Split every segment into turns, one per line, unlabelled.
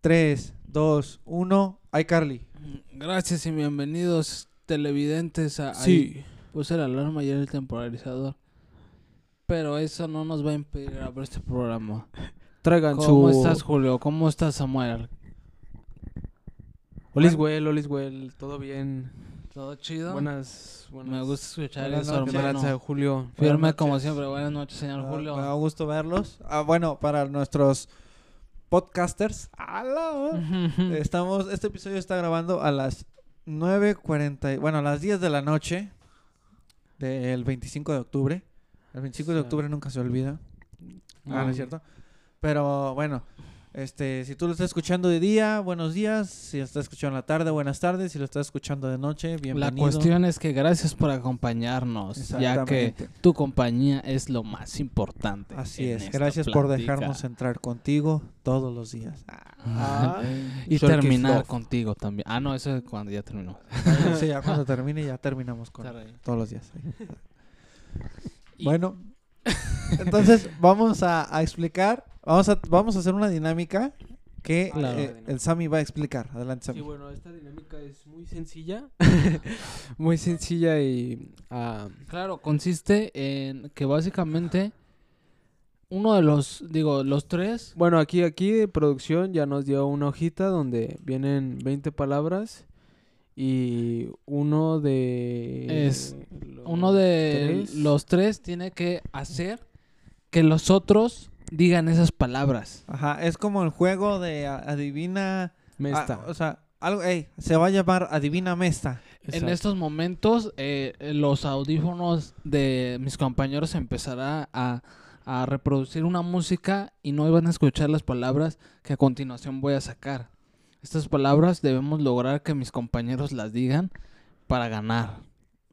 3, 2, 1, iCarly.
Gracias y bienvenidos televidentes a...
Sí.
ahí. Puse la alarma y era el temporalizador. Pero eso no nos va a impedir abrir este programa.
Traigan
¿Cómo
su...
estás, Julio? ¿Cómo estás, Samuel?
Olis Well, Olis Well, todo bien.
¿Todo chido?
Buenas, buenas.
Me gusta escuchar
buenas
eso,
noches, Esperanza de
hermano.
Julio.
Firme
Buenas
como
noches.
siempre. Buenas noches, señor
Ah,
Julio.
Me da gusto verlos. Ah, bueno, para nuestros podcasters. ¡Ala! Estamos, este episodio está grabando a las 9.40, y- bueno, a las 10 de la noche del 25 de octubre. El 25 de
Sí.
octubre nunca se olvida. Ah,
Ah.
no es cierto. Pero bueno, este, si tú lo estás escuchando de día, buenos días. Si lo estás escuchando en la tarde, buenas tardes. Si lo estás escuchando de noche, bienvenido.
La cuestión es que gracias por acompañarnos, ya que
Exactamente.
tu compañía es lo más importante.
Así
este, en
es.
esta
Gracias por
plática. Ah.
dejarnos entrar contigo todos los días.
Y
Sure kiss
terminar
love.
contigo también. Ah, no, eso es cuando ya terminó.
sí, ya cuando termine ya terminamos con todos los días.
Y-
Bueno, entonces vamos a, a explicar, vamos a, vamos a hacer una dinámica que
Ah, la
eh,
dinámica.
el Sammy va a explicar. Adelante,
Sí,
Sammy.
bueno, esta dinámica es muy sencilla. muy sencilla y. ah,
Claro, consiste en que básicamente uno de los, digo, los tres,
bueno, aquí, aquí de producción ya nos dio una hojita donde vienen 20 palabras y uno de.
Es
los
uno de
tres.
los tres tiene que hacer que los otros digan esas palabras.
Ajá, es como el juego de a- adivina
Mesta.
Ah, o sea, algo, ey, se va a llamar adivina mesta.
En
Exacto.
estos momentos, eh, eh, los audífonos de mis compañeros empezarán a, a reproducir una música y no iban a escuchar las palabras que a continuación voy a sacar. Estas palabras debemos lograr que mis compañeros las digan para ganar.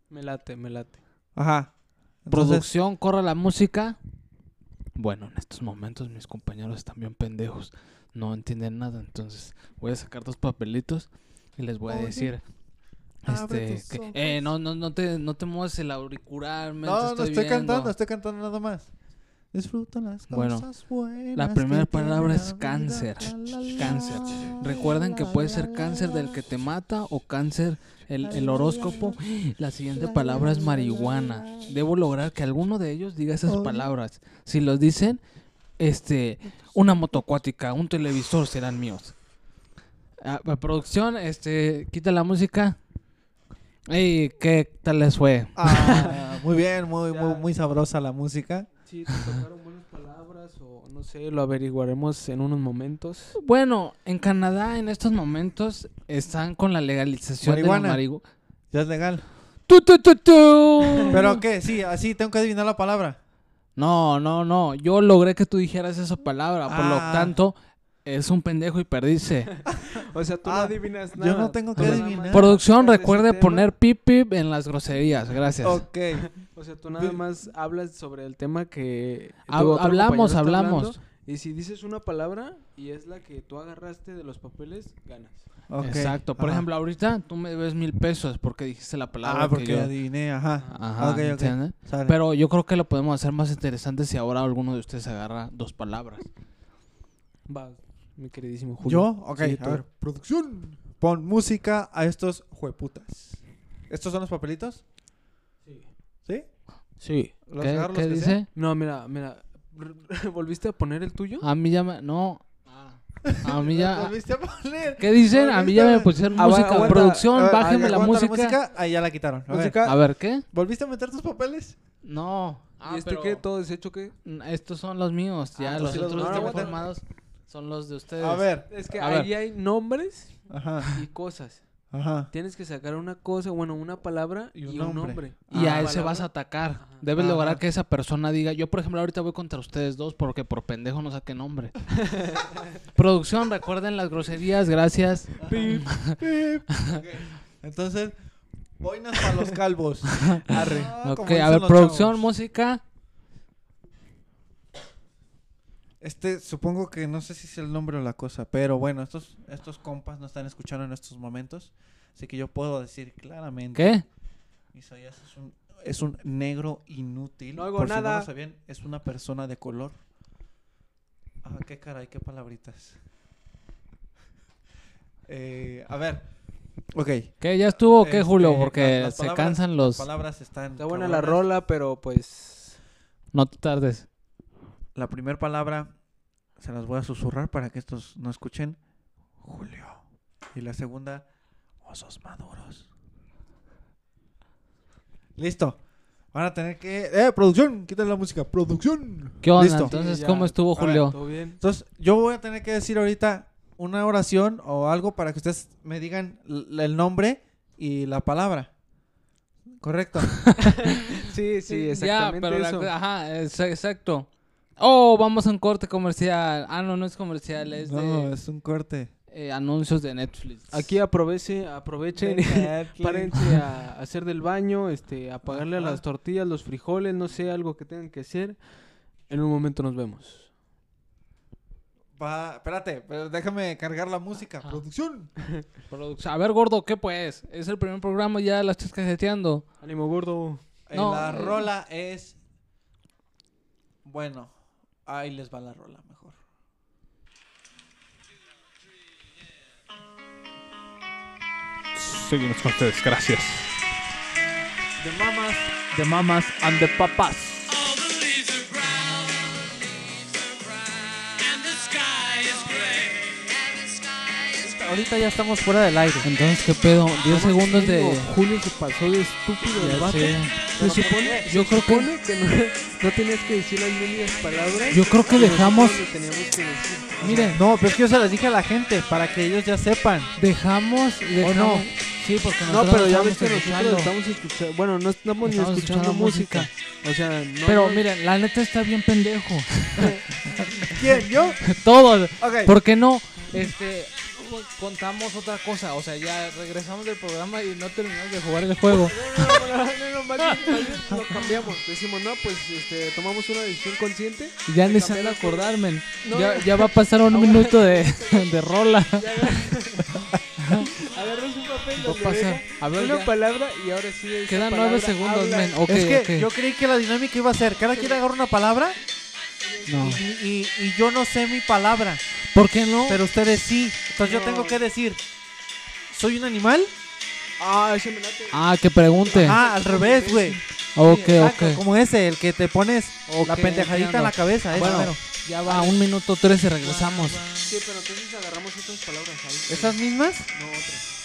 Me late, me late.
Ajá. Entonces,
Producción, corra la música. Bueno, en estos momentos mis compañeros están bien pendejos. No entienden nada. Entonces voy a sacar dos papelitos y les voy a
Oye,
decir.
abre
Este,
tus
que-
ojos.
eh, no, no, no te, no te muevas el auricular. men, te
no, no estoy
viendo.
cantando, estoy cantando nada más. Disfruta las
Bueno,
cosas buenas.
la
que
primera
tiene
palabra
la
es
vida.
cáncer,
La, la,
cáncer.
la,
Recuerden que
la,
puede
la,
ser
la,
cáncer
la,
del
la.
que te mata o cáncer el, el horóscopo. La siguiente palabra es marihuana. Debo lograr que alguno de ellos diga esas
Oye.
palabras. Si los dicen, este, una motocuática, un televisor serán míos. Ah, pa- producción, este, quita la música. Ey, ¿qué tal les fue?
Ah, muy bien, muy, muy,
Ya.
muy sabrosa la música.
Sí, te tocaron buenas palabras o no sé, lo averiguaremos en unos momentos.
Bueno, en Canadá en estos momentos están con la legalización de
Marihuana.
la marihuana.
Ya es legal. ¿Pero qué? Sí, así tengo que adivinar la palabra.
No, no, no. Yo logré que tú dijeras esa palabra. Por
Ah.
lo tanto, es un pendejo y perdiste.
O sea, tú no
Ah,
adivinas
yo
nada.
no tengo
que
Tú nada
adivinar.
más
Producción,
tocas ese
recuerde
tema.
poner pip pip en las groserías. Gracias.
Ok.
O sea, tú nada más hablas sobre el tema que... tu
Hab-
otro
hablamos,
compañero está hablando,
hablamos.
y si dices una palabra y es la que tú agarraste de los papeles, ganas.
ok.
Exacto. Por
Ajá.
ejemplo, ahorita tú me debes mil pesos porque dijiste la palabra.
Ah,
que
porque
yo-
adiviné, ajá.
Ajá,
ok, ok.
¿entiendes?
Sale.
Pero yo creo que lo podemos hacer más interesante si ahora alguno de ustedes agarra dos palabras.
Va, mi queridísimo
¿Yo?
Julio.
Ok,
Sí,
a
tú.
ver, producción. Pon música a estos jueputas. ¿Estos son los papelitos?
Sí.
¿Sí?
Sí.
¿Los
¿Qué,
agarro los
qué
que
dice?
sean?
No, mira, mira. ¿Volviste a poner el tuyo?
A mí ya me... No. A mí
¿Los
ya...
volviste a poner?
¿Qué dicen? A mí ya me pusieron
Agua-
música.
aguanta.
Ah, A
Producción,
ver,
bájeme
ahí
Ah, la
aguanta
música.
Ahí Ah, ya la quitaron. A ver,
Música.
A ver, ¿qué?
¿Volviste a meter tus papeles?
No.
¿Y este qué? ¿Todo deshecho qué?
Mm, Estos son los míos, ya
Ah,
los
sí, los
otros
míos.
están
Ahora,
formados son los de ustedes.
A ver.
Es que
A
ahí hay nombres
Ajá,
y cosas.
ajá.
Tienes que sacar una cosa, bueno, una palabra
Y
y
un
un,
nombre.
nombre.
Y
Ah,
a ese vas a atacar.
Ajá.
Debes
Ajá.
lograr que esa persona diga, yo por ejemplo ahorita voy contra ustedes dos porque por pendejo no saqué nombre. Producción, recuerden las groserías, gracias.
Pip, pip. Ok, Entonces, boinas para los calvos. Arre. Ah, como
ok, a
dicen
ver,
los
producción,
chavos.
música.
Este, supongo que no sé si es el nombre o la cosa, pero bueno, estos, estos compas no están escuchando en estos momentos. Así que yo puedo decir claramente.
¿Qué?
Isaías es un, es un negro inútil.
No hago
Por si no
nada.
lo sabían, es una persona de color. Ah, qué caray, qué palabritas. Eh, a ver. Ok.
¿Qué? ¿Ya estuvo o qué,
Este,
Julio?
las-
Porque
las
se
palabras-
cansan
Las
los...
palabras están.
Está buena la
cabronas.
rola, pero pues.
No te tardes.
La primera palabra se las voy a susurrar para que estos no escuchen. Julio. Y la segunda, osos maduros. Listo. Van a tener que. ¡Eh, producción! Quítale la música. ¡Producción!
¿Qué onda?
Listo.
Entonces,
Sí, ya.
¿cómo estuvo,
A ver,
Julio?
¿Todo bien?
Entonces, yo voy a tener que decir ahorita una oración o algo para que ustedes me digan l- el nombre y la palabra. Correcto.
Sí, sí, exactamente
ya, pero la
eso.
co- ajá, es- exacto. Oh, vamos a un corte comercial. Ah, no, no es comercial, es
No,
de
es un corte.
eh, anuncios de Netflix.
Aquí aprovechen, aprovechen y párense a hacer del baño, este, a pagarle
Ajá.
a las tortillas, los frijoles, no sé, algo que tengan que hacer. En un momento nos vemos.
Va- espérate, pero déjame cargar la música.
Ajá.
Producción.
Produc- A ver, gordo, ¿qué pues? Es el primer programa ya la estás cajeteando.
Ánimo gordo.
Eh,
No,
la
eh.
rola es. Bueno, ahí les va la rola mejor.
Seguimos con ustedes, gracias.
De mamas.
The mamas and the papas.
All the leaves are brown, and the sky is gray.
Ahorita ya estamos fuera del aire.
Entonces, ¿qué pedo? 10 segundos de...
Julio se pasó de estúpido el
Ya
vato.
sé. Pues
Se supone,
Yo
se
creo que-
supone que, no, no tenías que decir las mismas palabras.
Yo creo que
Nosotros
dejamos...
lo teníamos que decir.
Miren,
No, pero es que yo se las dije a la gente para que ellos ya sepan.
dejamos... dejamos-
no?
Sí, porque
No,
nosotros
pero ya
estamos
ves que nosotros
escuchando.
estamos escuchando. Bueno, no estamos, ni
Estamos
escuchando,
escuchando
música. O sea, no.
Pero
no-
miren, la neta está bien pendejo.
¿Quién? ¿Yo?
Todos.
Ok.
¿Por qué no? Este, contamos otra cosa. O sea, ya regresamos del programa y no terminamos de jugar el juego.
no, no, no, más bien- más bien lo cambiamos. Decimos, no, pues este, tomamos una decisión consciente.
Ya ni se han de acordar, men.
No.
Ya, ya va a pasar un minuto de, de rola.
Agarras un papel,
Va a
donde
pasar. Pues A
deja
ver,
una
ya.
palabra y ahora sí. esa
quedan
palabra
nueve segundos,
habla.
men. Oh. Ok,
es que
ok.
yo creí que la dinámica iba a ser, cada quien agarra una palabra
No.
y, y- y yo no sé mi palabra,
¿Por qué no?
pero ustedes sí. Entonces yo
No.
tengo que decir, ¿soy un animal?
Ah, ese me late.
Ah, que pregunte.
Ah, al revés, güey.
ok,
Exacto,
ok.
Como ese, el que te pones la
Ok,
pendejadita en la
entiendo.
cabeza. ese
Bueno,
mero.
ya va un minuto tres y regresamos.
Sí, pero entonces agarramos otras palabras. ¿sabes?
¿Esas mismas?
No, otras.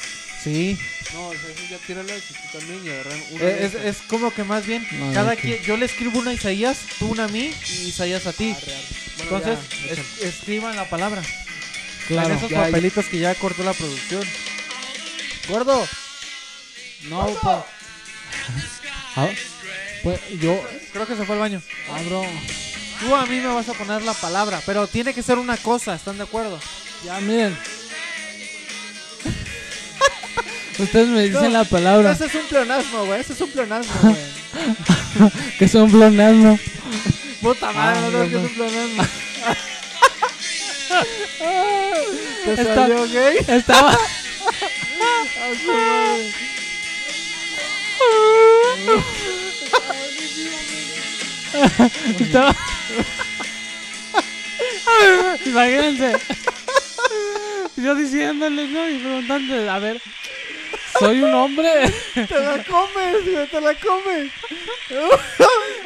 Sí.
No, o sea, esas ya tíralas y tú también y agarran
Eh,
una. de
E, Es,
esas.
es como que más bien,
No,
cada
ok.
quien, yo le escribo una a Isaías, tú una a mí y Isaías a ti.
Arre, arre. Bueno,
Entonces,
ya,
es-
échale.
escriban la palabra. en
Claro.
esos
ya, ya.
papelitos que ya cortó la producción. Gordo,
No, pa- Ah, pues yo
creo que se fue al baño.
abro.
Tú a mí me vas a poner la palabra, pero tiene que ser una cosa, ¿están de acuerdo?
Ya, miren. Ustedes me dicen la palabra.
Ese es un pleonasmo, güey. Ese es un pleonasmo, güey.
Que son blonasmo.
Puta madre,
Ah,
no creo
no,
que es
no.
un pleonasmo. ¿Te
Está-
salió gay? Ah,
Estaba. Estaba. Imagínense. Yo diciéndoles, ¿no? Y preguntándoles, a ver, ¿soy un hombre?
Te la comes, güey, te la comes.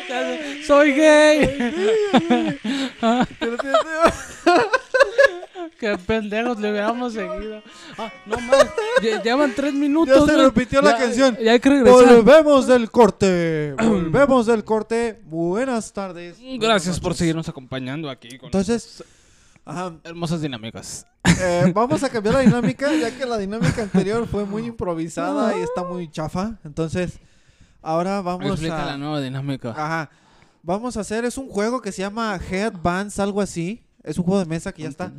Ya sé, Soy gay.
Pero te- te-
Qué pendejos le hubiéramos seguido. Ah, no más. Lle- Llevan tres minutos.
Ya se
güey.
repitió la
Ya-
canción.
Ya hay que regresar.
Volvemos del corte. Volvemos del corte. Buenas tardes.
Gracias por seguirnos acompañando aquí con
Entonces, ajá,
hermosas dinámicas.
eh, vamos a cambiar la dinámica, ya que la dinámica anterior fue muy improvisada y está muy chafa. Entonces, ahora vamos
Explica la
a.
nueva dinámica.
Ajá. Vamos a hacer, es un juego que se llama Headbands, algo así. Es un juego de mesa que ya está.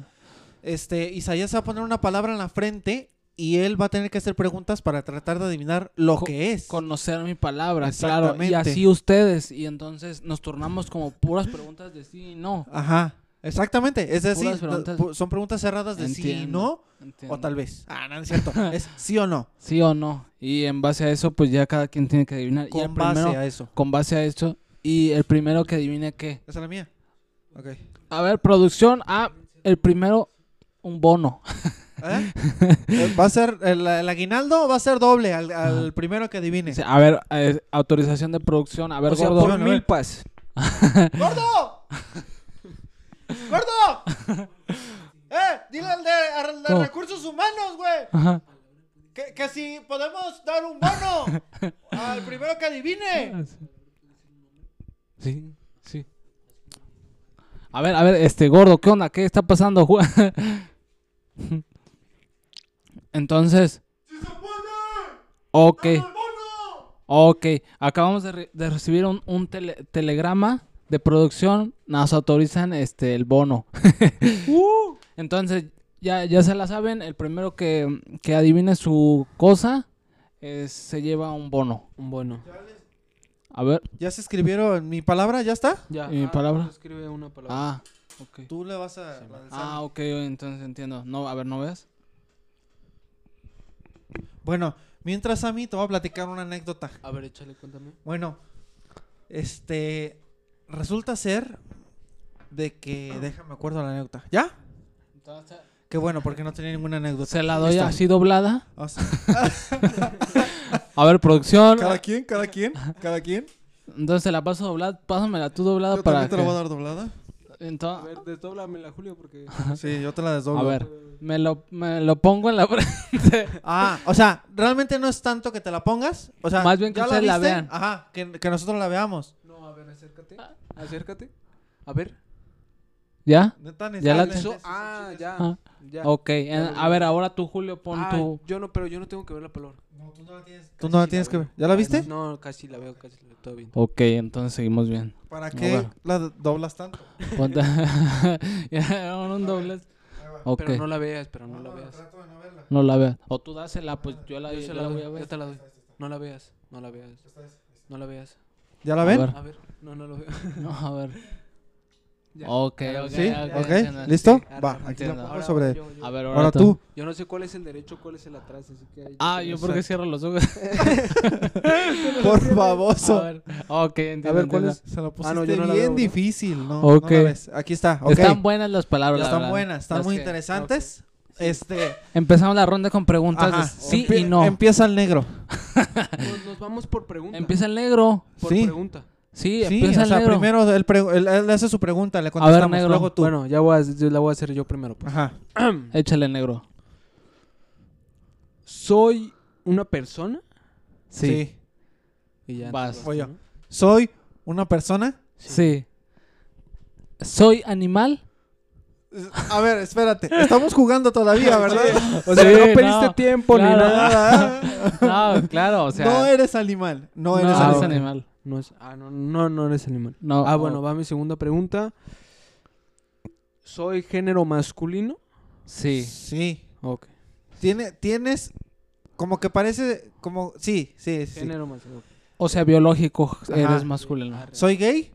Este, Isaías va a poner una palabra en la frente y él va a tener que hacer preguntas para tratar de adivinar lo
Co-
que es.
Conocer mi palabra, claro. Y
Exactamente.
así ustedes. Y entonces nos tornamos como puras preguntas de sí y no.
Ajá. Exactamente, es decir,
Puras preguntas.
pu- son preguntas cerradas de sí y
Entiendo.
no,
Entiendo.
o tal vez. Ah, no, no es cierto. es sí o no,
Sí o no. Y en base a eso, pues ya cada quien tiene que adivinar. y el
con base
primero,
a eso.
con base a esto. Y el primero que adivine qué.
Esa es la mía. Ok.
A ver, producción. Ah, el primero, un bono.
¿Eh? Eh, Va a ser, el, el aguinaldo va a ser doble al, al primero que adivine.
Sí, A ver, eh, autorización de producción. A ver,
O sea,
gordo.
por
a ver.
milpas. ¡Gordo! ¡Gordo! ¡Eh! Dile al de, al de
¿Cómo?
recursos humanos, güey.
Ajá.
Que, que si podemos dar un bono al primero que adivine.
Sí, sí. A ver, a ver, este gordo, ¿qué onda? ¿Qué está pasando? Ju- Entonces,
¡Si se puede!
ok,
¡El bono!
ok. Acabamos de, re- de recibir un, un tele- telegrama de producción. Nos autorizan este el bono. Entonces, ya, ya se la saben. El primero que, que adivine su cosa eh, se lleva un bono.
Bueno,
A ver,
¿Ya se escribieron mi palabra? ¿Ya está?
ya.
¿Y mi
Ah,
palabra?
no, Escribe una palabra.
ah, ok.
Tú le vas a... la de
Ah,
Sam.
ok, entonces entiendo. No, a ver, ¿no veas?
Bueno, mientras a mí te voy a platicar una anécdota.
A ver, échale, cuéntame.
Bueno, este... Resulta ser de que... Déjame acuerdo la anécdota. ¿Ya? Qué bueno, porque no tenía ninguna anécdota.
Se la doy
Listo.
así doblada.
O sea,
A ver, producción.
Cada quien, cada quien, cada quien.
Entonces se la paso doblada. Pásamela tú doblada
Yo
Ah, para.
también te la voy a dar doblada.
que-
A
Entonces,
ver, desdóblamela, Julio, porque...
Sí, yo te la
a
desdoblo.
ver, me lo, me lo pongo en la frente.
Ah, o sea, realmente no es tanto que te la pongas. O sea,
Más bien que
¿ya
ustedes la
viste?
vean.
Ajá, que, que nosotros la veamos.
No, a ver, acércate. Ah, Acércate. A ver.
¿Ya?
Neta,
Ya la
necesitas-
tengo.
Ah, ya.
Ah,
ya.
Ok, en-
lo
a ver, ahora tú, Julio, pon
Ah,
tu.
yo no, pero yo no tengo que ver la palabra.
No, tú no la tienes. Tú no la
Casi
tienes que
veo.
ver. ¿Ya la viste?
No, casi la veo, casi la veo. Todo bien.
Ok, entonces seguimos bien.
¿Para
No,
qué
bueno.
la doblas tanto?
Ponte- ya, un doble. Ok,
Pero no
no,
la veas, pero no la veas.
Trato de no verla.
la veas. O tú dásela, pues yo la,
Yo
yo
se
la
la
voy
doy,
a
yo
ver.
te la doy. No la veas, no la veas. No la veas.
¿Ya la ven?
ver.
A ver, no, no lo veo.
No, a ver.
Ya.
Ok,
Ya la
ok,
vi.
¿Sí?
ok,
¿Ok?
entiendo.
¿Listo?
Sí, arre,
Va,
arre,
aquí la
entiendo.
pongo
Ahora,
sobre...
yo, yo.
A ver, ahora,
Ahora
tú.
tú.
Yo no sé cuál es el derecho, cuál es el atrás, así que... ahí-
Ah, yo porque cierro los ojos.
Por baboso.
A ver, ok, entiendo.
A ver, ¿cuál
entiendo.
es?
Se la pusiste
Ah, no, yo no la
bien
veo, ¿no?
difícil, ¿no?
Ok.
no la ves. Aquí está, ok.
Están buenas las palabras. la
Están
verdad.
buenas, están
Las
muy
que-
interesantes. Este...
Empezamos la ronda con preguntas
ajá.
de sí
Empie- em-
y no.
Empieza el negro.
Nos, nos vamos por pregunta.
Empieza el negro.
Por
sí.
pregunta.
Sí,
Sí,
empieza
o
el
sea,
negro.
primero él, pre- él- él hace su pregunta, le
ver,
contestamos,
negro.
luego tú.
Bueno, ya voy a, yo la voy a hacer yo primero. Pues.
Ajá.
Échale negro.
Soy una persona.
Sí.
Sí.
Y ya.
Vas.
Voy yo.
¿no?
Soy una persona.
Sí. ¿Soy animal?
A ver, espérate. Estamos jugando todavía, ¿verdad?
O sea,
Sí,
no perdiste
no,
tiempo
claro.
ni nada.
Ah,
No, claro, o sea.
no eres animal. No
no
eres
eres
animal.
animal.
animal.
No es, ah, no, no, no eres animal.
No.
ah, bueno, va mi segunda pregunta. ¿Soy género masculino?
Sí.
Sí.
Ok.
Tiene, tienes. Como que parece. Como. Sí, sí, sí.
Género masculino.
O sea, biológico
Ajá.
eres masculino.
¿Soy gay?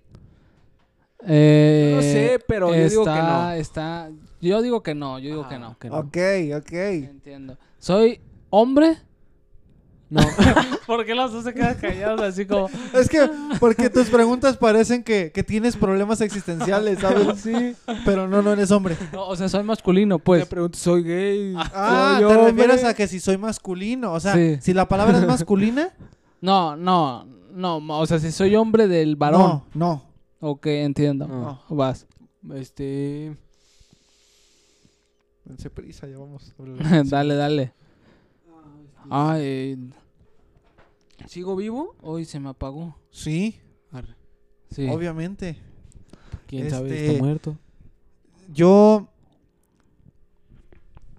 Eh,
No sé, pero yo digo que
está-
no.
Está, yo digo que no, yo digo
Ah,
que no.
Ok, ok.
Entiendo. ¿Soy hombre?
No.
¿Por qué los dos se quedan callados así como...
Es que. Porque tus preguntas parecen que, que tienes problemas existenciales, ¿sabes? Sí. Pero no, no eres hombre.
No, o sea, soy masculino,
Pues,
pues.
pregunto, ¿soy gay?
Ah,
¿Soy
te
hombre?
refieres a que si soy masculino. O sea,
Sí.
si la palabra es masculina.
No, no, no. ma- O sea, si soy hombre del varón.
No, no.
Ok, entiendo.
No.
Vas.
Este.
Dense prisa, ya vamos.
dale, dale. Ay,
¿Sigo vivo?
hoy se me apagó.
Sí,
Arre.
Sí.
obviamente.
¿Quién sabe?
Este-
Está muerto.
Yo.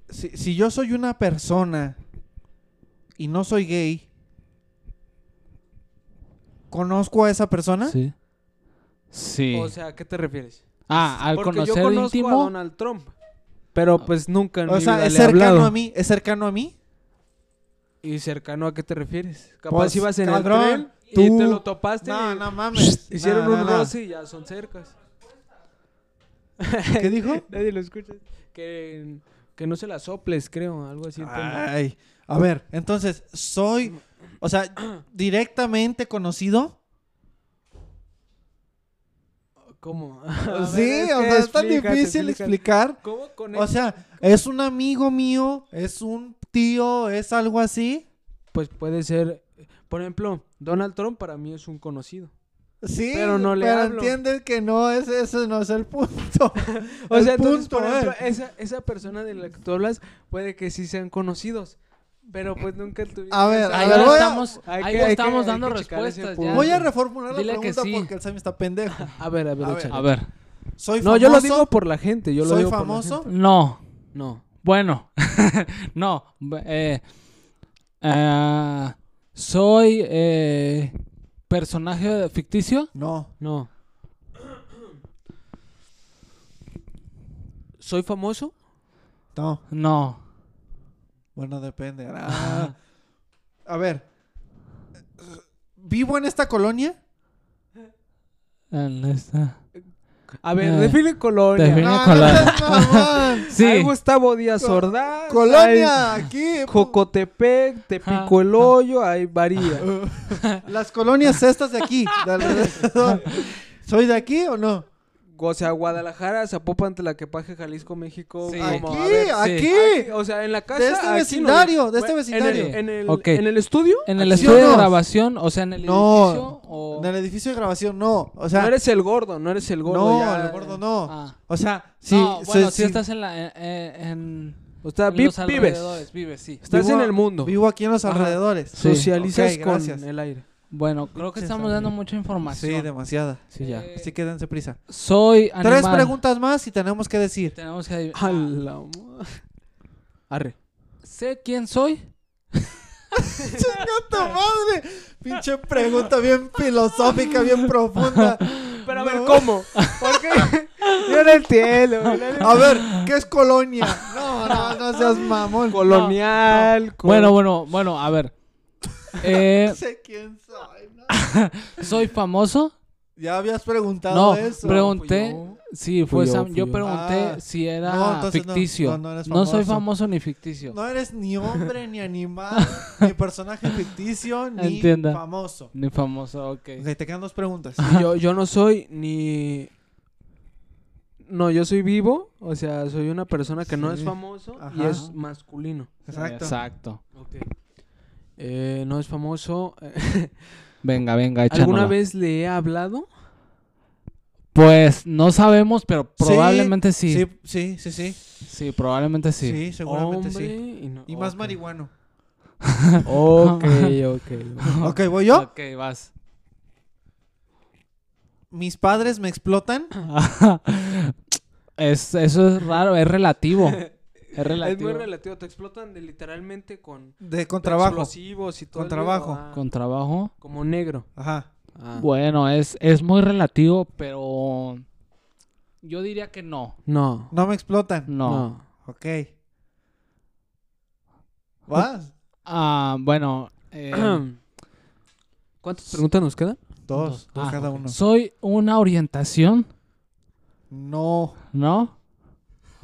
Si, si yo soy una persona y no soy gay, ¿conozco a esa persona?
Sí. Sí.
O sea, ¿a qué te refieres?
ah, al
Porque yo
conocer
conozco a
íntimo. Ah.
Donald Trump. Pero pues nunca en
O
mi
sea,
vida
¿es
le he
cercano
hablado.
a mí? ¿Es cercano a mí?
¿Y cercano a qué te refieres? Capaz
Pues,
ibas en
cabrón,
el tren
tú-
y te lo topaste.
No,
y
no mames.
Hicieron
No, no,
un
no.
roce y ya son cercas.
¿Qué dijo?
Nadie lo escucha. Que, que no se la soples, creo. Algo así. el
Ah.
tema.
Ay. A ver, entonces, soy. O sea, directamente conocido.
¿Cómo?
Sí, o sea, es tan difícil explicar.
¿Cómo
O sea, es un amigo mío, es un tío, es algo así.
pues puede ser, por ejemplo, Donald Trump para mí es un conocido.
Sí, pero
Pero no le hablo.
entienden que no es ese no es el punto.
O
El
sea, entonces, por
punto es-
ejemplo, esa, esa persona de la que tú hablas puede que sí sean conocidos, pero pues nunca tuvieron...
A ver,
esa-
Ahí
ver,
no
voy a-
estamos,
hay
ahí
que-
no
hay que-
estamos
hay que
dando
checar ese
respuestas.
punto.
ya.
Voy a reformular la
Dile que
pregunta
sí.
porque el Sammy está pendejo.
A ver, a ver,
A ver.
échale.
A ver,
Soy
No,
famoso.
yo lo digo por la gente, yo lo
soy
digo por la
famoso.
gente.
no,
No.
bueno, no, eh, ah, soy eh, personaje ficticio,
No,
No. ¿Soy famoso?
no.
no,
Bueno, depende. Ah. A ver. ¿Vivo en esta colonia?
en esta-
A ver,
Eh,
define colonia.
define-
No, no
colonia.
seas mamón.
sí,
Hay Gustavo Díaz
Co-
Ordaz. hay
Colonia, aquí.
Jocotepec, Tepico el Hoyo, hay varía.
Ah. Las colonias estas de aquí. de alrededor. ¿Soy de aquí o no?
O sea, Guadalajara, Zapopan, Tlaquepaje, Jalisco, México.
Sí.
como,
Aquí,
a ver,
aquí.
aquí, O sea, en la casa.
De este
aquí
vecindario,
no-
de este
Bueno,
vecindario.
En el, en el-
Ok.
en el estudio.
en el
¿Sí o
estudio de
no?
grabación, o sea, en el
No.
edificio o
En el edificio de grabación, no. O sea,
no eres el gordo, no eres el gordo.
no,
ya.
el gordo no.
Ah.
O sea, sí,
no,
soy-
bueno, si
sí.
estás en la eh, eh, en,
O sea,
en
vi-
los
vives.
alrededores, vives, sí.
Estás
Vivo
en
a-
el mundo.
Vivo aquí en los
Ajá.
alrededores.
Sí.
Socializas
Ok,
con
gracias.
el aire.
Bueno, creo que
Pinches
estamos
amigos.
dando mucha
Sí,
información.
demasiada.
Sí, ya.
Eh,
Así que dense prisa.
Soy animal.
Tres preguntas más y tenemos que decir.
Tenemos que adiv- Ah,
A la mo- Arre.
Sé quién soy.
¡Chinga tu madre! Pinche pregunta bien filosófica, bien profunda.
Pero a
ver,
ver,
No.
¿cómo? Porque yo no entiendo.
A ver, ¿qué es colonia? No, no, no seas mamón.
Colonial. col-
Bueno, bueno, bueno, a ver. Eh,
No sé quién soy. ¿no?
soy famoso.
Ya habías preguntado
No, pues
eso.
pregunté. Sí, fue
Fui yo,
Sam.
fui
Yo
yo.
pregunté
Ah,
si era
no, entonces no,
ficticio.
no, no eres
soy
famoso.
famoso ni ficticio.
No eres ni hombre, ni animal, ni personaje ficticio, ni
Entienda.
famoso.
Ni famoso, ok. Eh,
Ok, te quedan dos preguntas.
Y Yo, yo no soy ni. No, yo soy vivo, o sea, soy una persona que no es
Sí.
famoso y
Ajá.
es masculino.
Exacto.
Exacto.
Eh, no es famoso.
Venga, venga,
¿Alguna
échanosla.
vez le he hablado?
Pues no sabemos, pero probablemente sí. Sí,
Sí, sí, sí, sí.
probablemente sí.
Sí, seguramente
Hombre,
sí.
Y, no-
Y más
ok.
marihuano.
Ok, ok.
Ok, voy yo.
Ok, vas.
Mis padres me explotan.
Es- eso es raro, es relativo. Es
es
relativo.
muy relativo, te explotan de, literalmente con
De con trabajo.
explosivos y todo.
Con
el pedo.
trabajo.
Ah,
Con trabajo.
Como negro.
Ajá.
Ah.
Bueno, es, es muy relativo, pero yo diría que no.
No,
No me explotan.
No.
no.
Ok. ¿Vas?
Ah, bueno. eh,
¿Cuántas preguntas nos quedan?
Dos. Dos
Ah,
cada uno.
soy una orientación,
No.
¿no?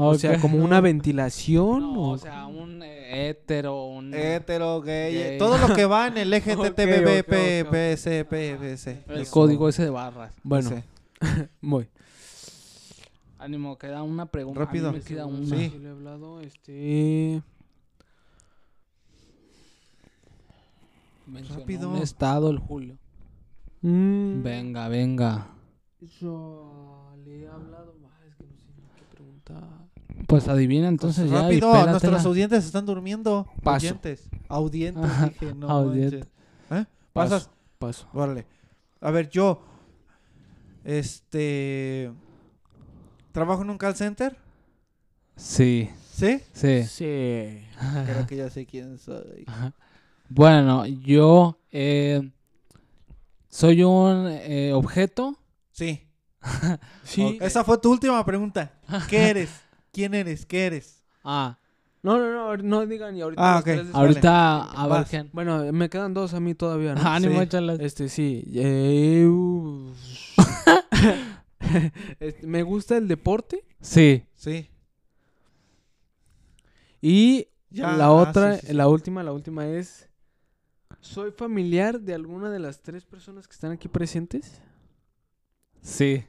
O sea, como una ventilación.
No,
o-
o sea, un eh, hétero, un...
Hetero, gay. eh,
Gay.
Todo lo que va en el LGTBP,
Ok, ok, ok,
PS, PBC.
el código ese de barras.
bueno,
Sí.
voy.
Ánimo, queda una pregunta. a mí
Rápido.
me queda una.
Sí.
Sí. le he hablado, este...
Mencionó
Rápido. Mm.
Un estado el Julio.
Mm.
Venga, venga.
Yo le he hablado más, es que no sé ni qué preguntar.
Pues adivina entonces ya. y
Rápido, nuestros
pélatela.
audientes están durmiendo.
Paso.
Audientes. Audientes,
Ajá,
dije, no.
audiente.
manches. ¿Eh?
Paso.
Pasas.
Paso.
Órale. A ver, yo. Este. Trabajo en un call center.
Sí,
¿Sí?
sí.
Sí.
Creo que ya sé quién soy.
Bueno, yo eh, soy un eh, objeto.
Sí.
Sí.
Ok.
Esa fue tu última pregunta. ¿Qué eres? ¿Quién eres? ¿Qué eres?
Ah,
No, no, no, no digan y ahorita. Ah,
Ah,
los
ok.
tres después.
ahorita a ver
Vas.
quién.
Bueno, me quedan dos a mí todavía, ¿no?
Ánimo,
Sí.
échalas.
Este sí. eh, uh, este, me gusta el deporte
Sí,
Sí.
y
Ya,
la
ah,
otra,
sí, sí, sí.
la última, la última es soy familiar de alguna de las tres personas que están aquí presentes.
sí.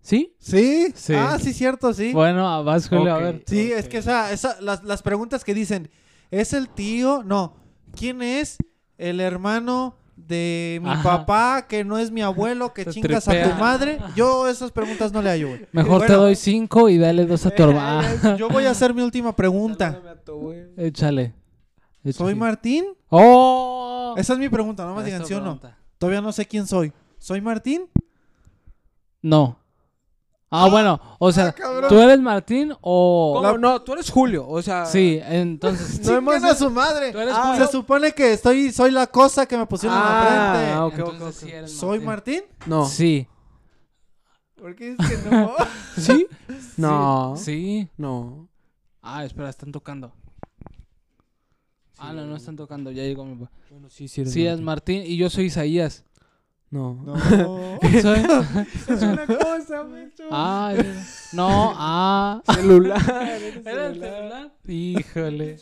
¿Sí?
¿Sí?
Sí.
Ah, sí, cierto, sí.
Bueno, ah, vas, Julio,
Ok.
a ver.
Sí, es que esa, esa, las, las preguntas que dicen, ¿es el tío? No, ¿quién es el hermano de mi
Ajá.
papá que no es mi abuelo, que
Te
chingas a
tripea.
tu madre? Yo esas preguntas no le hallo, güey.
Mejor te
Bueno.
doy cinco y dale dos a tu hermano.
Eh, Yo voy a hacer mi última pregunta.
Échale.
¿Soy
Échale.
Martín?
¡Oh!
Esa es mi pregunta, no me digan sí o no. Todavía no sé quién soy. ¿Soy Martín?
No. Ah, bueno, o sea,
cabrón.
¿tú eres Martín o...?
¿Cómo? No, tú eres Julio, o sea...
Sí, entonces...
No hemos a su madre.
Tú eres
Ah,
Julio.
se supone que estoy, soy la cosa que me pusieron en
Ah,
la
ok, ok,
Entonces sí
ok.
eres
frente. ¿Soy Martín?
No.
Sí.
¿Por qué es que no?
¿Sí? No.
Sí.
No.
Ah, espera, están tocando. ah, no, no están tocando, ya llegó mi papá.
Bueno, sí, sí eres
Sí, es Martín y yo soy Isaías.
No.
No.
Soy-
es una cosa, macho.
Ah, es- no, ah...
Celular.
¿Era el celular? Híjole.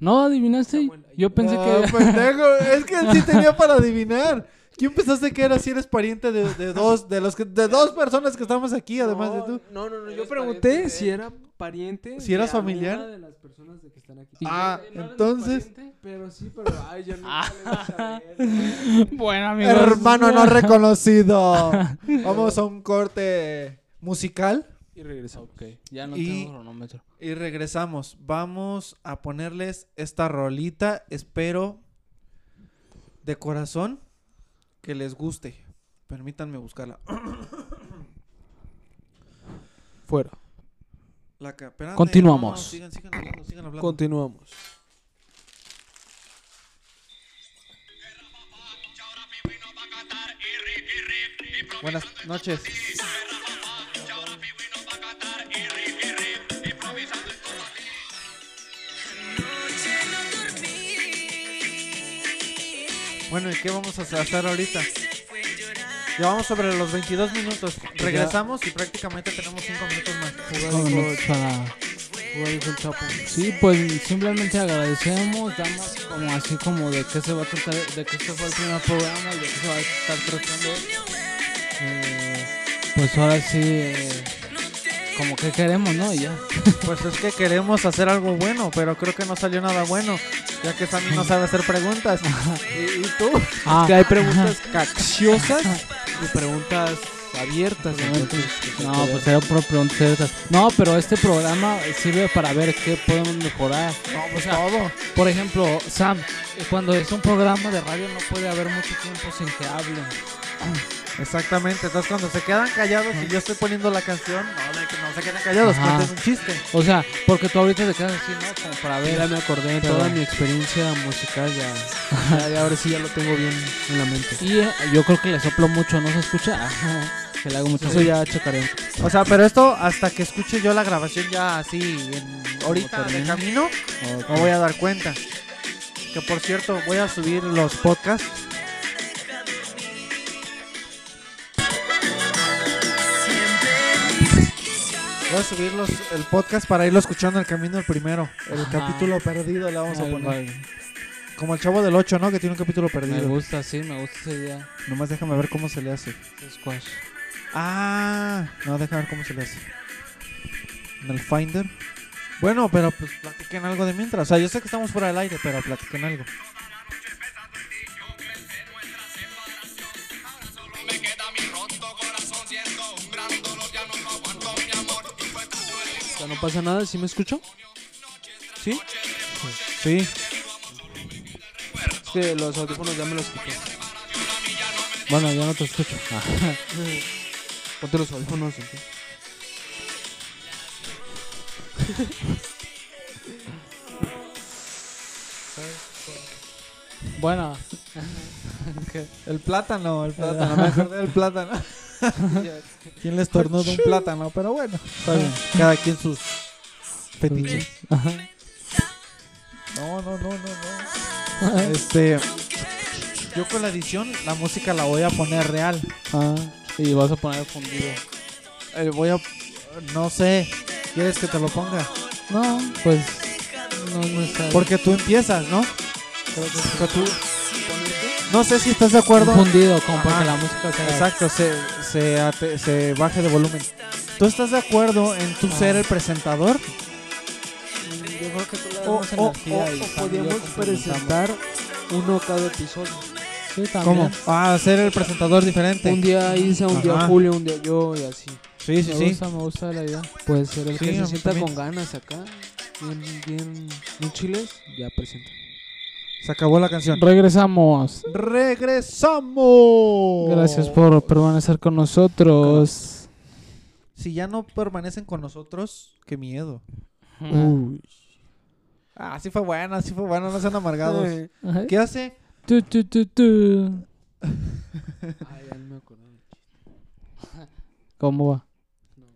No, adivinaste. Yo pensé
Ah,
que...
pendejo. Es que él sí tenía para adivinar. ¿Quién pensaste que era si eres pariente de, de dos de los que, de dos personas que estamos aquí, además de tú?
No, no, no. Yo
Eres
pregunté
pariente de-
si era pariente.
Si eras
de alguna
familiar.
de las personas de que están aquí.
Ah, entonces.
Pero sí, pero. Ay, yo nunca le voy a saber,
Bueno, amigos.
Hermano no reconocido. Vamos a un corte musical
Y regresamos.
Ya no
Y-
tengo cronómetro.
y regresamos. Vamos a ponerles esta rolita. Espero de corazón que les guste. Permítanme buscarla.
Fuera.
La ca- espérate, no,
Continuamos.
no, sigan, sigan hablando, sigan hablando.
Continuamos.
Buenas noches. Bueno, ¿y qué vamos a hacer ahorita? Llevamos sobre los 22 minutos. Regresamos y prácticamente tenemos 5 minutos más.
Vámonos para- Sí, pues simplemente agradecemos, damos como así como de qué se va a tratar, de que este fue el primer programa y de qué se va a estar tratando. Eh, pues ahora sí, eh, como que queremos, ¿no? Y ya.
Pues es que queremos hacer algo bueno, pero creo que no salió nada bueno, ya que Sammy no sabe hacer preguntas. ¿Y, y tú?
Ah,
Que hay preguntas capciosas y preguntas abiertas. entonces, Este,
No, pues era por preguntas ciertas. No, pero este programa sirve para ver qué podemos mejorar. O
pues
sea,
todo.
por ejemplo, Sam, cuando es un programa de radio no puede haber mucho tiempo sin que hablen.
Exactamente, entonces cuando se quedan callados y yo estoy poniendo la canción, no, de que no se queden callados,
Ajá.
cuenten un chiste.
O sea, porque tú ahorita te quedas así, ¿no? Como para
Ya
ver.
me acordé de
Pero-
toda mi experiencia musical. Ya, ya, ya ahora sí ya lo tengo bien en la mente.
Y eh, yo creo que le soplo mucho, no se escucha. Que le hago mucho.
Eso ya checaré.
O sea, pero esto hasta que escuche yo la grabación ya así, en, ahorita de
termine.
camino,
Ok.
me voy a dar cuenta. Que por cierto, voy a subir los podcasts. Voy a subir los, el podcast para irlo escuchando el camino el primero. El
Ajá.
capítulo perdido le vamos a
Ay,
poner.
vale.
Como el chavo del 8, ¿no? Que tiene un capítulo
Me
perdido.
gusta, sí, me gusta esa idea.
Nomás déjame ver cómo se le hace.
Ese Squash.
Ah, no, déjame ver cómo se le hace. En el Finder. Bueno, pero pues platiquen algo de mientras. O sea, yo sé que estamos fuera del aire, pero platiquen algo.
O sea, no pasa nada, ¿sí me escucho? ¿Sí?
Sí.
Es que los audífonos ya me los quité.
Bueno, yo no te escucho.
Ah.
Ponte los audífonos. ¿sí?
Bueno,
El plátano, el plátano. Me acordé del plátano. ¿Quién les tornó de un plátano? Pero bueno, está bien. Cada quien sus fetiches. No, no, no, no, no. Este. Yo con la edición, la música la voy a poner real.
ah, y vas a poner fundido.
Eh, voy a. No sé. ¿Quieres que te lo ponga?
No, pues no, no está.
Porque tú empiezas, ¿no? O sea, tú- No sé si estás de acuerdo.
Un fundido, como
Ajá.
para que pues, la música sea.
Ah, Exacto, se, se, ate- se baje de volumen. ¿Tú estás de acuerdo en tú ser el presentador?
Yo creo que tú le das
O-
más
o-
energía
o- o
y Sam y yo
podíamos
complementamos. uno cada episodio.
Sí,
¿Cómo?
también.
Ah, ser el presentador diferente.
Un día Isa, un día
Ajá.
Julio, un día yo y así.
Sí, sí,
me
sí.
gusta, me gusta la idea. Puede ser el
Sí,
que
a
se
mí
sienta
también.
con ganas acá, bien, bien, bien chiles, ya presenta.
Se acabó la canción.
Regresamos.
Regresamos.
Gracias por permanecer con nosotros.
Si ya no permanecen con nosotros, qué miedo.
Uy.
Ah, sí fue buena, sí fue buena, no sean amargados.
Ay,
Ajá.
¿Qué hace?
Tu, tu, tu, tu.
ya no me acuerdo.
¿Cómo va?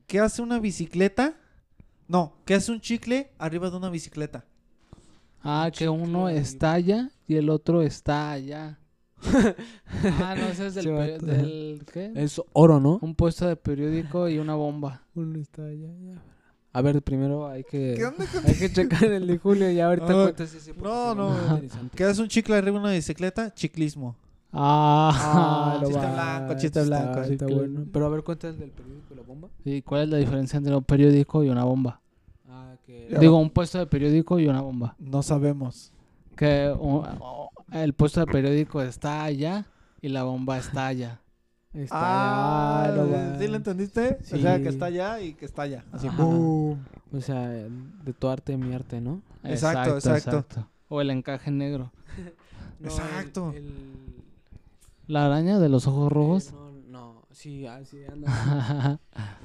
¿Qué hace una bicicleta? No, ¿qué hace un chicle arriba de una bicicleta?
Ah, que uno está allá y el otro está allá. ah, no, ese es del,
Ese
pe-
vato.
del- ¿qué?
Es oro, ¿no?
Un puesto de periódico y una bomba.
Uno está allá, ya. A ver, primero hay que,
onda
hay que checar el de Julio y ahorita
Ah,
cuentas ese. porque
no,
se
no.
ve muy interesante.
¿Qué hace un chicle arriba de una bicicleta? Chiclismo.
Ah,
Ah, lo
chiste
va,
blanco, chiste
está-
blanco.
Está
Sí,
bueno.
claro.
Pero a ver, cuenta el del periódico La Bomba.
¿Y cuál es la diferencia entre un periódico y una bomba?
Ah, que...
Ya.
Digo, un puesto de periódico y una bomba.
No sabemos.
Que un- el puesto de periódico está allá y la bomba está allá.
Está,
Ah,
ah, lo va.
¿sí lo entendiste? O
Sí.
sea, que está allá y que está allá. Así.
Ajá.
O sea, de tu arte, mi arte, ¿no?
Exacto, exacto.
O el encaje negro.
No, Exacto.
el- el-
La araña de los ojos
eh,
rojos.
no, no, sí, así anda.
Ah,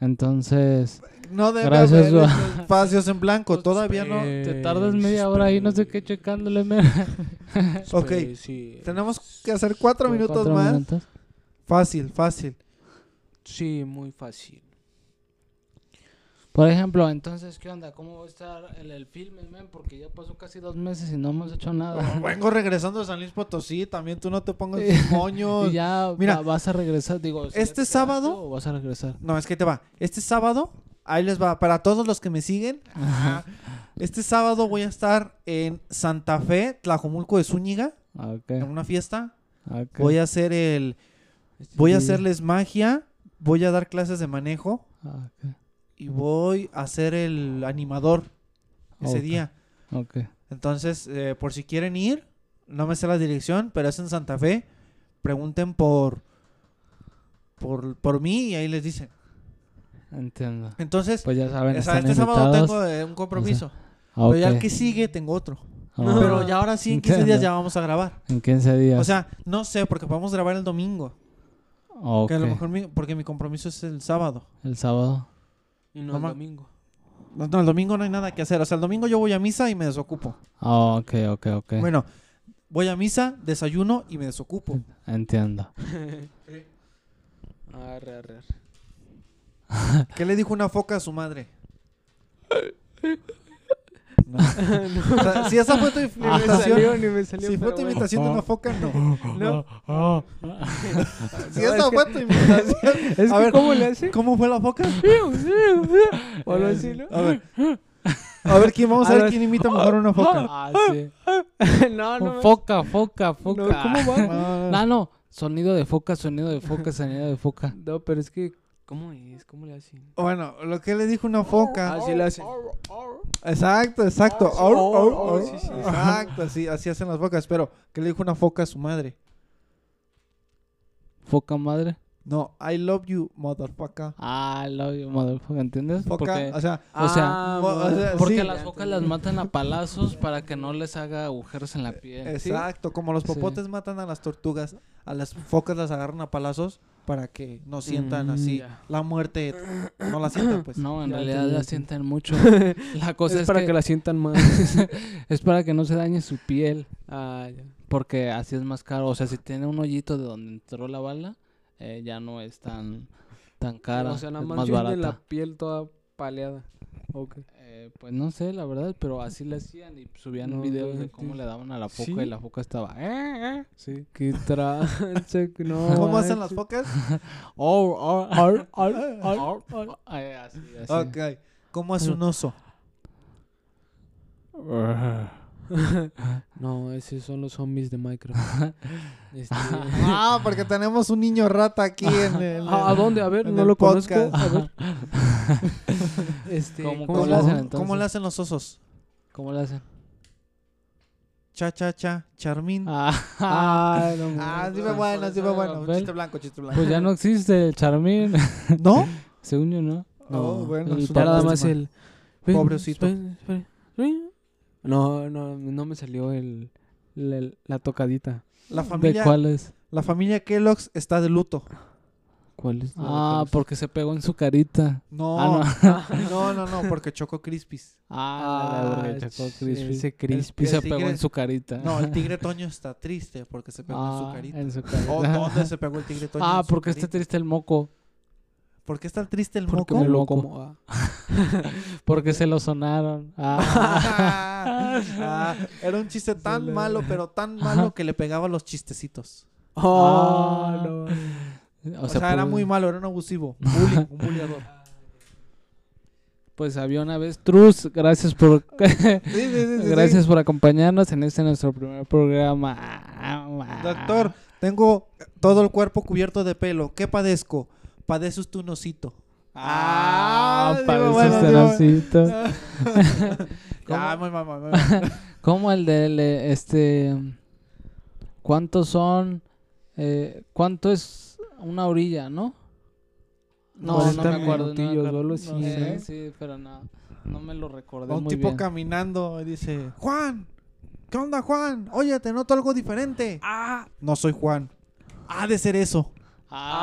Entonces,
No debe
Gracias,
haber
Dua.
estos espacios en blanco,
Pues,
todavía no.
eh,
te tardas media hora ahí, no sé qué, checándole. mira.
Ok.
Eh, sí,
Tenemos que hacer cuatro minutos
Cuatro
más.
minutos.
Fácil, fácil.
sí, muy fácil.
Por ejemplo, entonces, ¿qué onda? ¿Cómo va a estar el, el filme, men? Porque ya pasó casi dos meses y no hemos hecho nada.
Vengo regresando de San Luis Potosí, también tú no te pongas
Eh,
moños.
Y ya
Mira,
va- vas a regresar, digo. si
este
ya te quedaste
sábado-
o vas a regresar.
No, es que te va. Este sábado, ahí les va. Para todos los que me siguen, este sábado voy a estar en Santa Fe, Tlajomulco de Zúñiga, en
Ah, Ok,
una fiesta.
ok.
Voy a hacer el. Voy a hacerles magia. Voy a dar clases de manejo.
ok,
Y voy a ser el animador ese
Ah, Ok.
día.
ok.
Entonces, eh, por si quieren ir, no me sé la dirección, pero es en Santa Fe. Pregunten por. Por, por mí y ahí les dicen.
Entiendo.
Entonces,
Pues ya saben,
o sea,
están
este sábado
invitados.
tengo eh, un compromiso.
Ah,
Pero ya el
ok.
que sigue tengo otro.
Ah,
Pero ya ahora sí, en 15 días
Entiendo.
ya vamos a grabar.
En 15 días.
O sea, no sé, porque podemos grabar el domingo.
Ah, Ok,
Que a lo mejor mi- porque mi compromiso es el sábado.
el sábado.
Y no,
No ma-
el domingo.
No, no, el domingo no hay nada que hacer. O sea, el domingo yo voy a misa y me desocupo.
Ah, ok, ok, ok.
Bueno, voy a misa, desayuno y me desocupo.
Entiendo.
Arre, arre, arre.
¿Qué le dijo una foca a su madre? No. O sea, si esa fue tu
Ni
Ah.
me Ah, salió,
invitación.
ni me salió.
Si fue
pero
tu
bueno.
invitación de una foca, no. Ah,
No,
Ah,
Si
No, es
esa
que-
fue tu invitación.
es
A
que
ver,
¿cómo le hace?
¿Cómo fue la foca?
O algo así, ¿no?
A ver. A ver quién, vamos a
A
ver
ver.
quién imita mejor a una foca.
Ah, sí.
no, no.
Foca, foca,
no,
foca.
¿Cómo va?
Ah,
No, no. Sonido de foca, sonido de foca, sonido de foca.
No, pero es que, ¿cómo es? ¿Cómo le hace?
Bueno, lo que le dijo una foca.
Así le hace.
Exacto, exacto.
Ah, sí.
Au,
Oh,
au,
oh,
au.
sí, sí.
Exacto, así, así hacen las focas. Pero, ¿qué le dijo una foca a su madre?
Foca madre.
No, I love you, motherfucker.
Ah, love you, motherfucker, ¿entiendes?
Foca,
Porque,
o sea,
o sea,
Ah,
mo- o
bueno.
sea,
porque
sí.
las focas las matan a palazos para que no les haga agujeros en la piel. ¿sí?
Exacto, como los
Sí.
popotes matan a las tortugas, a las focas las agarran a palazos para que no sientan
Mm,
así
ya.
la muerte, no la sientan pues.
No, en
Ya
realidad
entendí,
la
ya
sienten mucho. La cosa
es,
es,
para
que,
que la sientan más.
es para que no se dañe su piel,
ah, ya.
porque así es más caro. O sea, si tiene un hoyito de donde entró la bala, eh, ya no es tan, tan cara,
o sea, nada
es
más,
más
tiene
barata.
la piel toda paleada. Ok.
Eh, pues no sé, la verdad, pero así le hacían y subían
No,
videos
no
de cómo
entiendo.
le daban a la foca
Sí.
y la foca estaba... "Eh, eh".
Sí. Qué tranza, que no.
¿Cómo hacen las
manches.
focas?
Oh, oh, ah,
Ar, ar, ar.
oh, oh. Eh, así, así.
Ok. ¿Cómo hace un oso?
No, esos son los zombies de Minecraft. Este,
Ah, porque tenemos un niño rata aquí en el.
Ah, ¿A, a dónde? A ver,
Ah, en
no
el
lo conozco.
podcast.
A ver. Este,
¿Cómo-
¿Cómo,
le
se
hacen
llama?
cómo
entonces?
le hacen los osos?
¿Cómo le hacen?
Cha, cha, cha, Charmín. Ah,
Ah, no,
sí fue bueno, sí fue bueno.
Abel.
Chiste blanco, chiste blanco.
Pues ya no existe el Charmín,
¿No?
según yo, ¿no?
No, bueno,
el
es una
Ya nada más
lástima.
el.
Pobrecito.
ven, ven, ven. No, no, no me salió el, la- la tocadita.
La
¿De
familia,
cuál es?
la familia Kellogg's está de luto.
¿Cuál es? la
Ah,
tocadita?
porque se pegó en su carita.
No, no, no, no, porque Choco Crispis.
Ah,
Ah, la verga, Choco
ch-
Crispy.
Ese
Y
crispy.
el
se pegó
tigre-
en su carita.
No, el tigre Toño está triste porque se pegó en
Ah,
su carita.
en su carita.
¿O dónde se pegó el tigre Toño?
Ah,
en su
porque está
carita?
triste el moco.
¿Por qué está triste el
Porque
moco?
me lo
Moco.
como. ah.
Porque se lo sonaron. Ah,
Ah, ah, era un chiste tan malo, pero tan malo que le pegaba los chistecitos.
Ah.
Ah, no.
o,
O
sea,
sea, era
pues-
muy malo, era un abusivo. Bullying, un bulleador.
Pues había una vez. Trus, gracias por
Sí, sí, sí, sí,
gracias por acompañarnos en este nuestro primer programa.
sí. Doctor, tengo todo el cuerpo cubierto de pelo. ¿Qué padezco? Padece usted un osito. Ah,
Ah,
sí,
pareces
bueno, sí,
tenacito. ¿Cómo?
Ah, muy mal, muy mal, muy mal.
Como el de le- este ¿Cuántos son? Eh, ¿Cuánto es una orilla, no? No, no
40
me acuerdo. No me
minutillos,
acuerdo.
o algo así,
No sé,
¿no?
sí, pero no, no me lo recordé
Va un
muy
tipo
bien.
caminando y dice, Juan, ¿qué onda Juan? Oye, te noto algo diferente. Ah, no soy Juan. Ha de ser eso.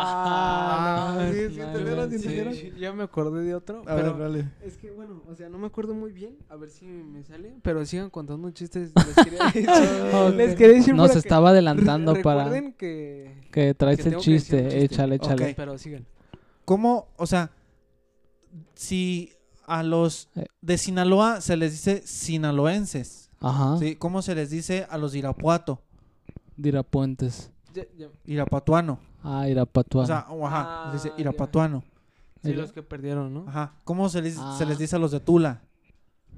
Ah,
Ah,
no,
sí, sí,
no,
entendieron,
sí.
entendieron.
Sí, Ya me acordé de otro.
A
pero
ver, dale.
Es que bueno, o sea, no me acuerdo muy bien. A ver si me sale. Pero sigan contando chistes. Les quería
Ok.
decir, les quería decir para
Nos
que
estaba adelantando
re-
para
Recuerden que.
que traes
que
el
tengo que decir
chiste,
un chiste.
échale, échale.
Ok.
Pero sigan.
¿Cómo, o sea, si a los
Eh.
de Sinaloa se les dice sinaloenses?
Ajá.
¿sí? ¿Cómo se les dice a los de Irapuato?
Irapuentes.
Ya- ya.
Irapatuano.
Ah,
O
Irapatuano.
sea, o ajá, se
Ah,
dice
ya.
Irapatuano.
Sí,
Ella-
los que perdieron, ¿no?
Ajá. ¿Cómo se les, se les
Ah.
dice a los de Tula?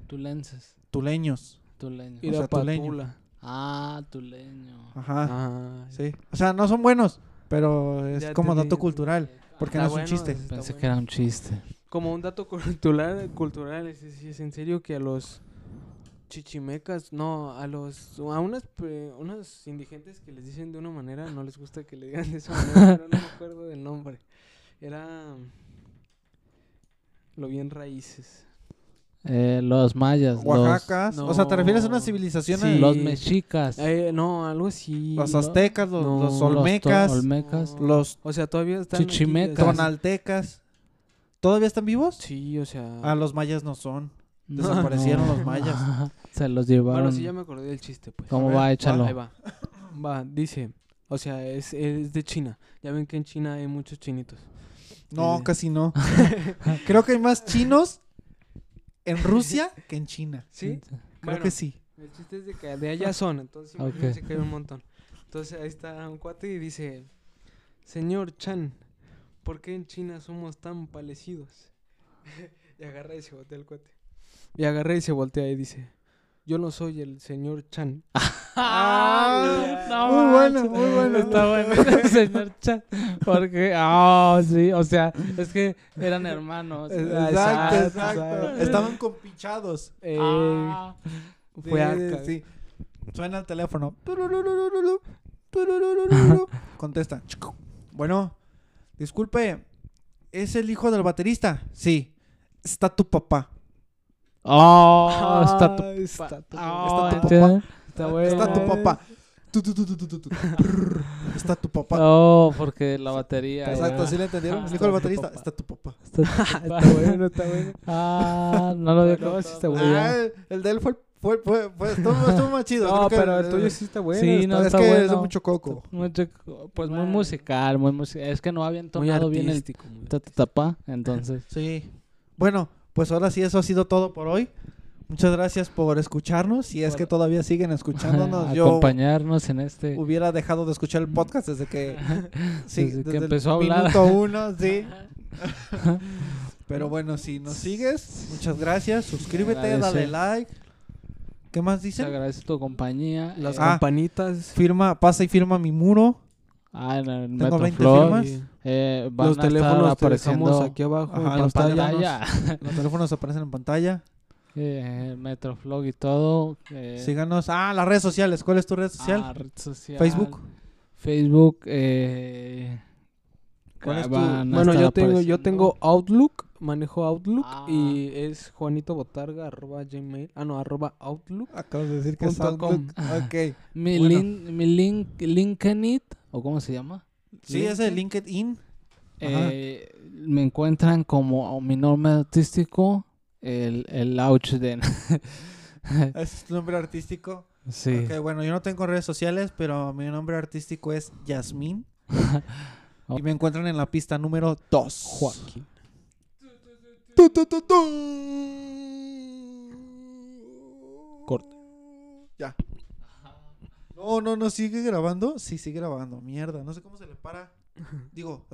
Tulenses.
Tuleños.
Tuleño.
Y- o sea,
Irapatula.
Ah, tuleño.
Ajá.
Ah,
Sí. O sea, no son buenos, pero es
Ya
como
entendí.
dato cultural. Porque
Está
no es
bueno,
un chiste.
está
Pensé que
bueno.
era un chiste.
Como un dato cultural, cultural es, es- es en serio que a los chichimecas, no, a los a unas pe- unos indigentes que les dicen de una manera, no les gusta que le digan de esa manera, pero no me acuerdo del nombre. Era lo bien raíces.
Eh, los mayas.
Oaxacas. O sea, ¿te refieres a una
no.
civilización?
Los,
Sí.
eh?
los mexicas.
Eh, no, algo así.
Los
lo-
aztecas, los, los
no,
los
los
to-
olmecas, los,
olmecas.
No. o sea, todavía están aquí,
Chichimecas.
o sea,
tonaltecas. ¿Todavía están vivos?
Sí, o sea.
Ah, los mayas no son.
No,
Desaparecieron
no.
los mayas.
Se los llevaron.
Bueno, sí, ya me acordé del chiste, pues.
¿Cómo
A ver,
va?
va,
Échalo.
Ahí va. Va, dice. O sea, es, es de China. Ya ven que en China hay muchos chinitos.
No,
Sí.
casi no. Creo que hay más chinos en Rusia que en China.
¿Sí?
Creo que sí.
El chiste es de que de allá son, entonces
Ok.
imagínense que hay un montón. Entonces ahí está un cuate y dice, señor Chan, ¿por qué en China somos tan parecidos? y agarra y se voltea el cuate. Y agarra y se voltea y dice, yo no soy el señor Chan.
Ah,
no
muy bueno,
manches.
muy bueno.
Está bueno, señor Chan. Porque, ah, sí, o sea, es que eran hermanos.
Exacto,
exacto,
exacto.
exacto.
Estaban compichados.
Eh,
Ah.
Fue a
Sí,
ca-
sí. Suena el teléfono. Turururururu, turururururu. Contesta. Bueno, disculpe. ¿Es el hijo del baterista? Sí. Está tu papá.
Oh, está tu,
Ah, está tu-
Ah,
está tu
¿entiendes?
Está bueno.
Está tu papá. Tu, tu, tu, tu, tu, tu, tu. Prrr. Está tu papá.
Oh, porque la batería.
Exacto,
ya.
¿sí le entendieron? El
Está
hijo del
tu
baterista.
papá.
Está tu papá.
Está tu papá.
Está bueno, está bueno.
Ah, no lo había acabado si está bueno.
Ah, el de él fue... fue, fue, fue- estuvo, estuvo más chido. Creo
No,
que-
pero el tuyo sí está bueno.
Sí,
está-
no,
es
está
que
bueno.
es de mucho coco.
Mucho co- pues muy musical, muy musical. Es que no había
Muy
entonado bien el
artístico, muy
tatatapá, entonces.
Sí. Bueno, pues ahora sí, eso ha sido todo por hoy. Muchas gracias por escucharnos. Si es
Por-
que todavía siguen escuchándonos, yo
acompañarnos en este
hubiera dejado de escuchar el podcast desde que, sí,
Desde que
el
empezó a hablar.
Minuto uno, sí. Pero bueno, si nos sigues, muchas gracias. Suscríbete,
Agradecer.
dale like. ¿Qué ¿Qué más
Te
dicen?
agradece tu compañía.
Las
eh,
Ah.
campanitas.
Firma, pasa y firma mi muro.
ah, en el
Tengo 20
Metroflog,
firmas.
y
eh, van
Los
a estar
teléfonos te dejamos
apareciendo
aquí abajo
Ajá,
en
los
pantalla.
teléfonos.
pantalla,
Los teléfonos aparecen en pantalla.
eh, Metroflog y todo. eh,
Síganos. Ah, las redes sociales. ¿Cuál es tu red social?
ah, red social,
Facebook.
Facebook. eh, ah,
¿Cuál es tu-
van a
Bueno,
estar
yo tengo, yo
apareciendo.
tengo Outlook, manejo Outlook
Ah.
y es Juanito Botarga arroba gmail, ah no arroba Outlook.
Acabas de decir que es
Punto com.
Outlook. Ok.
Mi,
Bueno.
link, mi link, LinkedIn, o cómo se llama.
Sí, es el LinkedIn. Ajá.
Eh, me encuentran como mi nombre artístico, el, el Lauchden.
Es tu nombre artístico.
sí.
Ok, bueno, yo no tengo redes sociales, pero mi nombre artístico es Yasmín. y me encuentran en la pista número 2.
Joaquín.
Corte. Ya. No, no, no, sigue grabando. Sí, sigue grabando. Mierda, no sé cómo se le para. Digo,